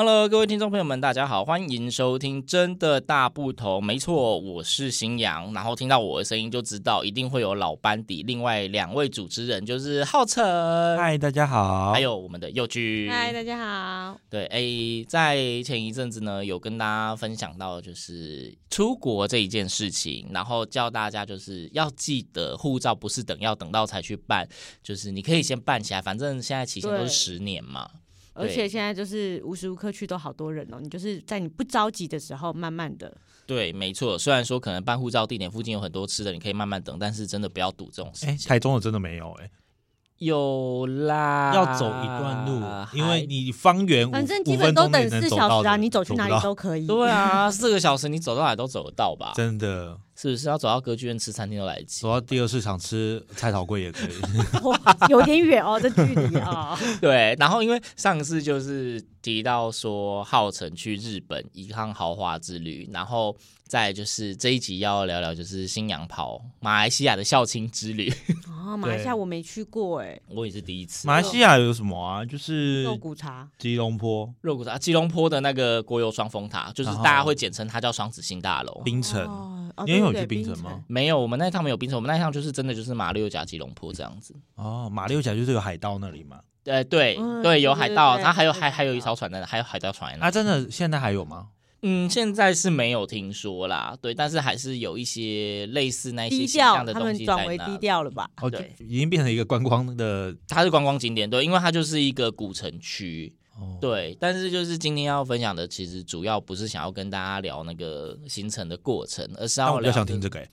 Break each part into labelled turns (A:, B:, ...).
A: Hello，各位听众朋友们，大家好，欢迎收听《真的大不同》。没错，我是新阳，然后听到我的声音就知道一定会有老班底。另外两位主持人就是浩辰，
B: 嗨，大家好。
A: 还有我们的佑居。
C: 嗨，大家好。
A: 对，哎，在前一阵子呢，有跟大家分享到就是出国这一件事情，然后叫大家就是要记得护照不是等要等到才去办，就是你可以先办起来，反正现在期限都是
C: 对
A: 十年嘛。
C: 而
A: 对
C: 且现在就是无时无刻去都好多人哦，你就是在你不着急的时候，慢慢的，
A: 对，没错。虽然说可能办护照地点附近有很多吃的，你可以慢慢等，但是真的不要赌这种事
B: 哎、
A: 情。
B: 台中的真的没有哎、
A: 有啦，
B: 要走一段路，因为你方圆五
C: 啊反正
B: 五
C: 基
B: 分
C: 本都
B: 钟内
C: 等
B: 能
C: 四
B: 走
C: 小
B: 到
C: 时
B: 的
C: 啊，你走去哪里
B: 不到
C: 都可以。
A: 对啊，四个小时你走到哪都走得到吧？
B: 真的
A: 是不是要走到歌剧院吃餐厅都来得及
B: 走？到第二市场吃菜头粿也可 以。
C: 哇，有点远哦，这距离 啊、
A: 对，然后因为上次就是提到说浩辰去日本一趟豪华之旅，然后再来就是这一集要聊聊就是新娘跑马来西亚的校庆之旅，
C: 哦，马来西亚我没去过哎，
A: 我也是第一次。
B: 马来西亚有什么啊？就是
C: 肉骨茶。
B: 吉隆坡、
A: 肉骨茶，吉隆坡的那个国有双峰塔，就是
B: 然后
A: 大家会简称它叫双子星大楼。
B: 槟城，
C: 哦，
B: 你也有去
C: 冰
B: 槟城吗？？
A: 没有，我们那一趟没有冰城，我们那一趟就是真的就是马六甲、吉隆坡这样子。
B: 哦，马六甲就是有海盗那里嘛。
A: 呃，对、
C: 嗯
A: 对，有
C: 对
A: 海
C: 对
A: 盗，
C: 对
A: 它还有
C: 对
A: 还
C: 对
A: 还有一艘船在那，还有海盗船在那。
B: 啊，真的现在还有吗？
A: 嗯，现在是没有听说啦，对，但是还是有一些类似那一些
C: 低
A: 形象
C: 调，
A: 的
C: 他
A: 东
C: 们
A: 西在
C: 转为
A: 那
C: 低。调了吧？
B: 哦，就
A: 对
B: 已经变成一个观光的
A: 它是观光景点，对，因为它就是一个古城区，
B: 哦。
A: 对。但是就是今天要分享的，其实主要不是想要跟大家聊那个行程的过程，而是
B: 但
A: 要
B: 我比
A: 聊
B: 较想
A: 这
B: 听这个、欸，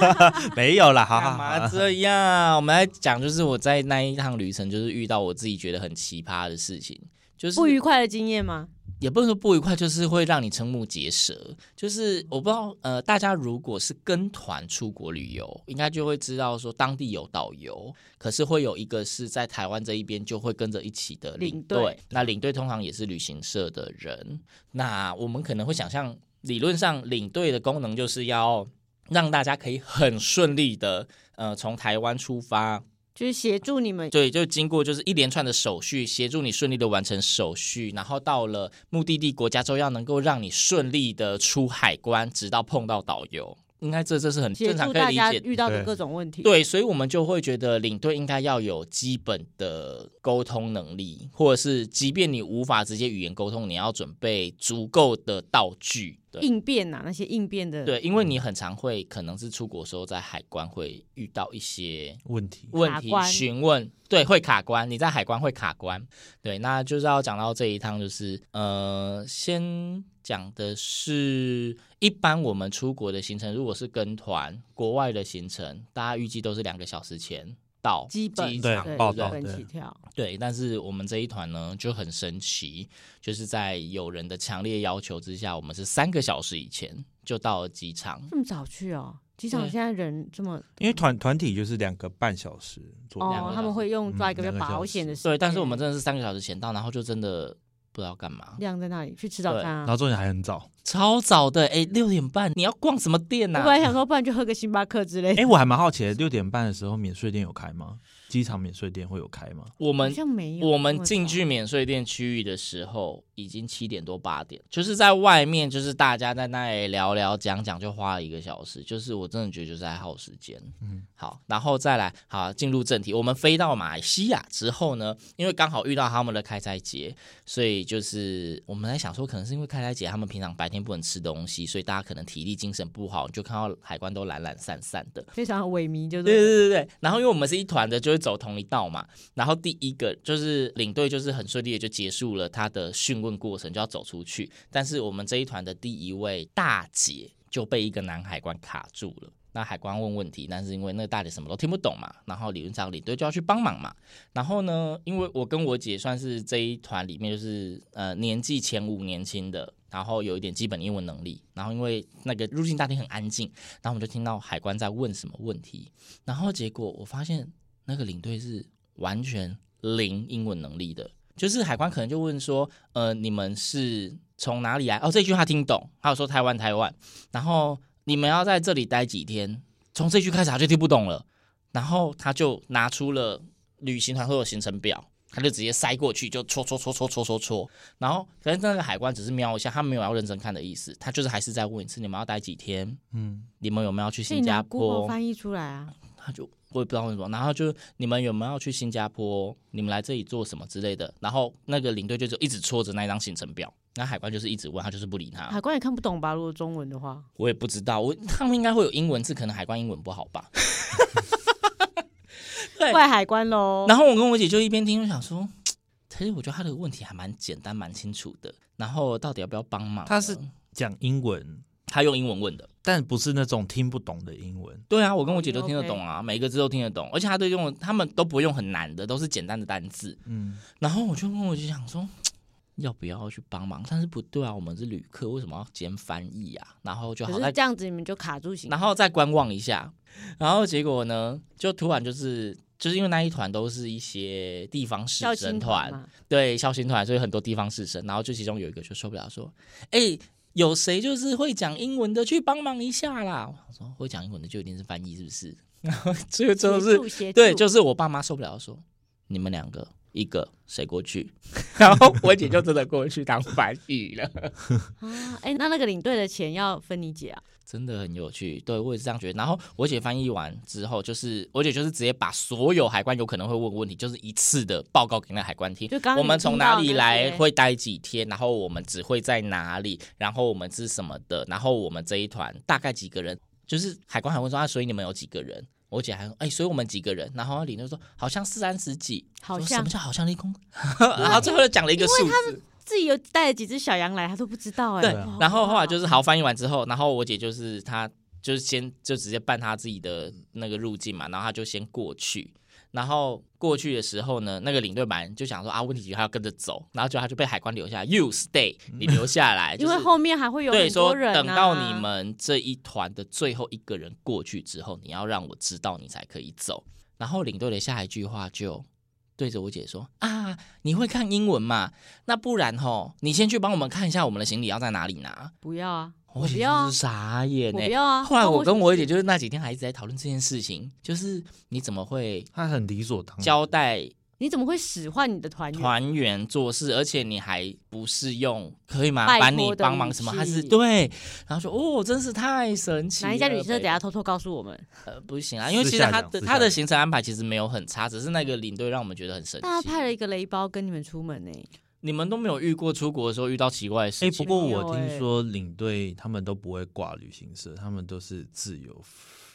B: 没有啦，好好
A: 干
B: 好
A: 嘛
B: 好，
A: 这样？我们来讲，就是我在那一趟旅程，就是遇到我自己觉得很奇葩的事情，就是
C: 不愉快的经验吗？
A: 也不能说不愉快，就是会让你瞠目结舌。就是我不知道，呃，大家如果是跟团出国旅游，应该就会知道说当地有导游，可是会有一个是在台湾这一边就会跟着一起的领
C: 领
A: 队，
C: 队
A: 那领队通常也是旅行社的人。那我们可能会想象，理论上领队的功能就是要让大家可以很顺利的，呃，从台湾出发，
C: 就是协助你们
A: 对，就经过就是一连串的手续，协助你顺利的完成手续，然后到了目的地国家之后，要能够让你顺利的出海关，直到碰到导游，应该这这是很
C: 协
A: 正常
C: 助
A: 可以
C: 大
A: 理
C: 家
A: 解的。
C: 遇到的
B: 对
C: 各种问题。
A: 对，所以我们就会觉得领队应该要有基本的沟通能力，或者是即便你无法直接语言沟通，你要准备足够的道具。对。
C: 应变啊呐、那些应变的
A: 对，因为你很常会，可能是出国时候在海关会遇到一些
B: 问题
A: 问
C: 卡
A: 题
C: 关
A: 询问，对，会卡关，你在海关会卡关，对，那就是要讲到这一趟，就是呃，先讲的是一般我们出国的行程，如果是跟团国外的行程，大家预计都是两个小时前到
C: 基本
A: 机
B: 对
A: 场，
C: 对
B: 报
A: 对
B: 道
A: 不对
C: 跟
B: 对
C: 起跳，
A: 对，但是我们这一团呢就很神奇，就是在有人的强烈要求之下，我们是三个小时以前就到了机场，
C: 这么早去哦？机场
A: 对
C: 现在人这么
B: 因为团团体就是两个半小时左右，
A: 两个
C: 哦，他们会用
B: 嗯
C: 抓一个比
B: 两
C: 较
B: 个小
C: 保险的时间，
A: 对，但是我们真的是三个小时前到，然后就真的不知道干嘛。
C: 晾在那里去吃早餐啊
B: 然。后重点还很早。
A: 超早的，哎，六点半，你要逛什么店啊
C: 我
A: 呐、
C: 本来想说，不然就喝个星巴克之类的，
B: 哎、我还蛮好奇的，六点半的时候免税店有开吗？机场免税店会有开吗？
A: 我
C: 好
A: 们
C: 像没有。
A: 我们进
C: 那
A: 去
C: 么
A: 免税店区域的时候，已经七点多八点，就是在外面，就是大家在那里聊聊讲讲，就花了一个小时，就是我真的觉得就是在耗时间。嗯，好，然后再来，好进入正题，我们飞到马来西亚之后呢，因为刚好遇到他们的开斋节，所以就是我们在想说，可能是因为开斋节他们平常白天不能吃东西，所以大家可能体力精神不好，你就看到海关都懒懒散散的。
C: 早非常萎靡，就
A: 对
C: 是
A: 对对对，然后因为我们是一团的，就会走同一道嘛。然后第一个就是领队，就是很顺利的就结束了他的讯问过程，就要走出去。但是我们这一团的第一位大姐就被一个男海关卡住了。那海关问问题，但是因为那个大姐什么都听不懂嘛，然后理论上领队就要去帮忙嘛。然后呢，因为我跟我姐算是这一团里面就是呃年纪前五年轻的，然后有一点基本英文能力。然后因为那个入境大厅很安静，然后我们就听到海关在问什么问题，然后结果我发现那个领队是完全零英文能力的，就是海关可能就问说，呃，你们是从哪里来？哦，这句话听懂，还有说台湾台湾，然后你们要在这里待几天？从这句开始他就听不懂了，然后他就拿出了旅行团会有行程表。他就直接塞过去，就戳戳戳戳戳戳戳，然后可是那个海关只是瞄一下，他没有要认真看的意思，他就是还是在问一次你们要待几天，
B: 嗯，
A: 你们有没有要去
C: 所以
A: 新
C: 你
A: 加
C: 拿 Google
A: 坡？
C: 翻译出来啊，
A: 他就我也不知道为什么，然后就你们有没有要去新加坡？你们来这里做什么之类的？然后那个领队就就一直戳着那张行程表，那海关就是一直问他，就是不理他
C: 海。关也看不懂吧？如果中文的话，
A: 我也不知道，我他们应该会有英文字，可能海关英文不好吧。对
C: 怪海关喽。
A: 然后我跟我姐就一边听，就想说，其实我觉得他的问题还蛮简单、蛮清楚的。然后到底要不要帮忙呢？
B: 他是讲英文，
A: 他用英文问的。
B: 但不是那种听不懂的英文。
A: 对啊，我跟我姐都
C: 哦
A: 听得懂啊，每一个字都听得懂，而且他对用他们都不会用很难的，都是简单的单字。
B: 嗯，
A: 然后我就跟我姐想说，要不要去帮忙？但是不对啊，我们是旅客，为什么要兼翻译啊？然后就
C: 可
A: 好
C: 是
A: 在，
C: 这样子你们就卡住行程，
A: 然后再观望一下。然后结果呢，就突然就是就是因为那一团都是一些地方市
C: 校
A: 政
C: 庆
A: 团，
C: 嘛，
A: 对孝心团，所以很多地方士绅，然后就其中有一个就受不了，说：“哎、有谁就是会讲英文的，去帮忙一下啦！”我说：“会讲英文的就一定是翻译，是不是？” 然后这个就
C: 协
A: 是
C: 助协
A: 对，
C: 助
A: 就是我爸妈受不了，说：“你们两个，一个谁过去？” 然后我姐就真的过去当翻译了，
C: 啊，哎，那那个领队的钱要分你姐啊？
A: 真的很有趣。对我也是这样觉得。然后我姐翻译完之后，就是我姐就是直接把所有海关有可能会问的问题，就是一次的报告给那海关听。
C: 就刚刚
A: 我们
C: 你
A: 从
C: 听
A: 哪
C: 到
A: 里
C: 那
A: 来，
C: 些
A: 会待几天，然后我们只会在哪里，然后我们是什么的，然后我们这一团大概几个人，就是海关还问说啊，所以你们有几个人？我姐还说，哎、所以我们几个人？然后李就说好像四三十几，
C: 好
A: 我说
C: 像
A: 什么叫好像立 空？然后最后就讲了一个数字，
C: 自己有带了几只小羊来，他都不知道哎、
A: 对
B: 对啊
C: 哇。
A: 然后后来就是
C: 好
A: 好翻译完之后，然后我姐就是她就是先就直接办她自己的那个入境嘛，然后她就先过去。然后过去的时候呢，那个领队蛮就想说啊，问题解决他要跟着走，然后就他就被海关留下来，you stay，你留下 来，
C: 可怕，因
A: 就
C: 为
A: 是
C: 后面还会有
A: 对
C: 很
A: 说
C: 多人、啊、
A: 等到你们这一团的最后一个人过去之后，你要让我知道你才可以走。然后领队的下一句话就对着我姐说啊，你会看英文嘛？那不然吼，你先去帮我们看一下我们的行李要在哪里拿。
C: 不要啊，
A: 我
C: 不
A: 姐
C: 要
A: 就
C: 啊
A: 是，傻眼
C: 我
A: 呢、
C: 不要啊。
A: 后来我跟我姐
C: 姐
A: 就是那几天还一直在讨论这件事情，就是你怎么会
B: 他很理所当然。
A: 交代
C: 你怎么会使唤你的团员？
A: 团员做事，而且你还不是用可以麻
C: 拜
A: 烦
C: 托
A: 你
C: 的
A: 帮忙
C: 语
A: 什么？
C: 气
A: 他是对，然后说哦，真是太神奇了。
C: 哪一家旅行社？等
A: 北
C: 下偷偷告诉我们，
A: 呃，不行啊，因为
B: 私
A: 其实
B: 下
A: 他
B: 讲
A: 的
B: 私
A: 他
B: 下
A: 的
B: 讲
A: 行程安排其实没有很差，只是那个领队让我们觉得很神
C: 大家
A: 奇。
C: 派了一个雷包跟你们出门呢、
A: 你们都没有遇过出国的时候遇到奇怪的
B: 哎、
A: 事
B: 不
A: 情？
B: 过
C: 没有
B: 我
C: 欸
B: 听说领队他们都不会挂旅行社，他们都是自由，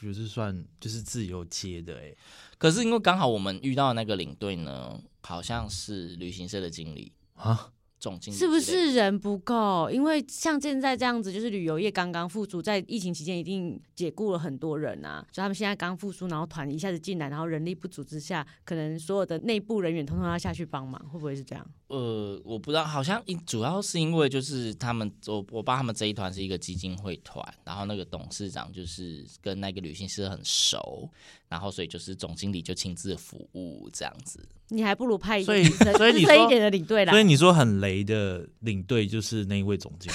B: 就是算就是自由接的、欸。
A: 可是因为刚好我们遇到的那个领队呢，好像是旅行社的经理、
B: 哎啊，
A: 总经理
C: 是
A: 之类
C: 不
A: 的，
C: 是人不够？因为像现在这样子，就是旅游业刚刚复苏，在疫情期间一定解雇了很多人啊，所以他们现在刚复苏，然后团一下子进来，然后人力不足之下，可能所有的内部人员通通要下去帮忙，会不会是这样？
A: 呃，我不知道，好像因主要是因为就是他们，我我爸他们这一团是一个基金会团，然后那个董事长就是跟那个旅行社很熟，然后所以就是总经理就亲自服务这样子。
C: 你还不如派一个
B: 所以
C: 资 深
B: 所以你
C: 资深一
B: 说
C: 点的领队啦
B: 所以。你说很雷的领队就是那一位总 经理，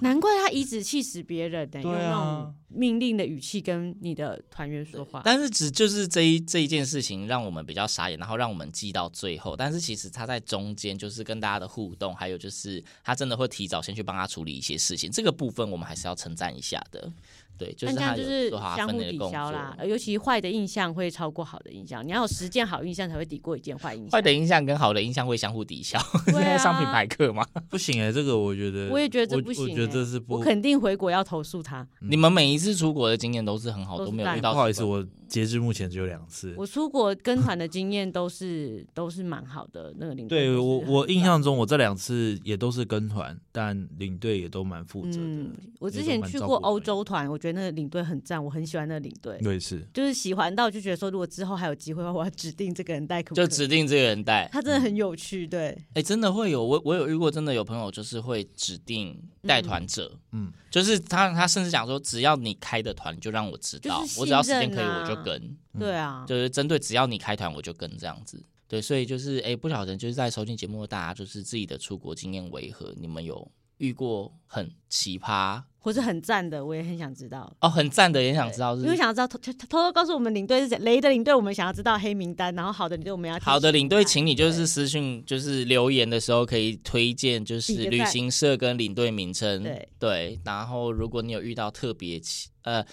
C: 难怪他颐指气使别人呢、
B: 对
C: 用那种
B: 啊
C: 命令的语气跟你的团员说话。
A: 但是只就是这一这一件事情让我们比较傻眼，然后让我们记到最后。但是其实他在中间就是跟大家的互动，还有就是他真的会提早先去帮他处理一些事情，这个部分我们还是要称赞一下的。对，就
C: 但
A: 是
C: 这样
A: 他
C: 就
A: 有
C: 是
A: 做好他
C: 相
A: 分
C: 互
A: 内的
C: 抵
A: 工
C: 消
A: 作。嗯
C: 啦，呃尤其坏的印象会超过好的印象，你要有十件好印象才会抵过一件坏印象。
A: 坏的印象跟好的印象会相互抵消，
C: 对
A: 在
C: 啊
A: 上品牌课吗？
B: 不行哎、欸，这个我觉得，
C: 我也觉得这
B: 我
C: 不行
B: 我觉
C: 欸
B: 得这是不
C: 我肯定回国要投诉他。
B: 嗯
A: 你们每一次出国的经验都是很好，
C: 都是
A: 都没有
C: 烂
A: 遇
B: 不
A: 到。
B: 好意思，，我截至目前只有两次。
C: 我出国跟团的经验都是 都是蛮好的，那个领队
B: 对
C: 都是
B: 我，
C: 很
B: 我印象中我这两次也都是跟团，但领队也都蛮负责的。
C: 嗯，我之
B: 也都
C: 前
B: 蛮
C: 去
B: 照
C: 过
B: 顾我
C: 欧
B: 们
C: 洲团，我觉得那个领队很赞，我很喜欢那个领队，
B: 我也是，
C: 就是喜欢到就觉得说，如果之后还有机会的话，我要指定这个人带可不可
A: 就
C: 以？
A: 指定这个人带。
C: 他真的很有趣，对。
A: 哎、真的会有我，我有遇过，真的有朋友就是会指定带团者，嗯
B: 嗯，
A: 就是他他甚至讲说，只要你开的团，就让我知道，
C: 就是信任啊
A: 嗯我只要时间可以我就跟，
C: 对啊，
A: 就是针对只要你开团我就跟这样子。对，所以就是哎，不晓得就是在收听节目的大家，就是自己的出国经验为何？你们有遇过很奇葩
C: 或是很赞的，我也很想知道。
A: 哦，很赞的，也想知道
C: 因为
A: 是
C: 想要知道偷偷偷偷告诉我们领队是谁，雷的领队我们想要知道黑名单，然后好的领队我们要提
A: 好的
C: 醒
A: 领队，
C: 一下
A: 请你就是私讯，就是留言的时候可以推荐，就是
C: 一个
A: 旅
C: 赞
A: 行社跟领队名称。
C: 对
A: 然后如果你有遇到特别奇呃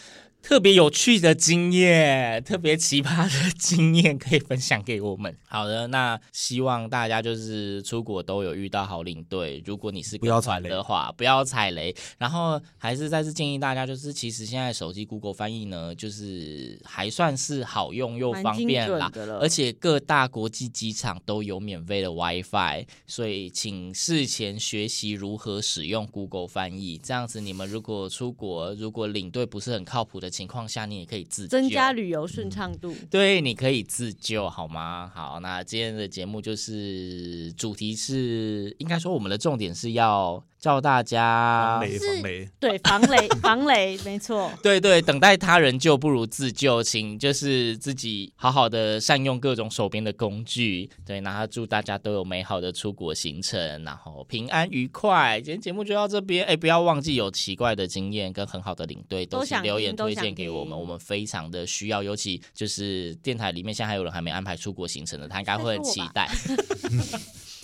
A: 特别有趣的经验、特别奇葩的经验，可以分享给我们。好的，那希望大家就是出国都有遇到好领队。如果你是
B: 不要
A: 跟
B: 踩
A: 团
B: 雷
A: 的话，不要踩雷。然后还是再次建议大家，就是其实现在手机 Google 翻译呢，就是还算是好用又
C: 蛮
A: 方
C: 精
A: 便
C: 准
A: 啦。
C: 的了
A: 而且各大国际机场都有免费的 WiFi，所以请事前学习如何使用 Google 翻译。这样子，你们如果出国，如果领队不是很靠谱的情况下，你也可以自救
C: 增加旅游顺畅度。
A: 对，你可以自救，好吗？好，那今天的节目就是主题是，应该说我们的重点是要教大家
B: 防雷
C: 是
B: 防雷，
C: 对，防雷，防雷，没错。
A: 对对，等待他人救不如自救，请就是自己好好的善用各种手边的工具。对，那祝大家都有美好的出国行程，然后平安愉快。今天节目就到这边，哎，不要忘记有奇怪的经验跟很好的领队，
C: 都
A: 都请
C: 想
A: 留言
C: 听都
A: 推
C: 想
A: 荐给我们，
C: 听
A: 我们非常的需要，尤其就是电台里面现在还有人还没安排出国行程的，他应该会很期待。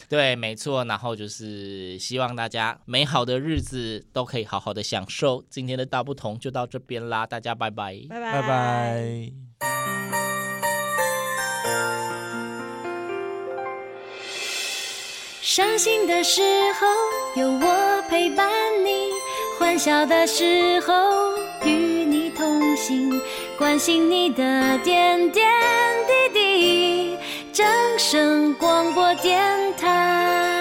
A: 对，没错。然后就是希望大家美好的日子都可以好好的享受。今天的大不同就到这边啦，大家拜拜。
C: 拜拜
B: 拜拜。
D: 伤心的时候有我陪伴你，欢笑的时候与你同行，关心你的点点滴滴。掌声广播电台。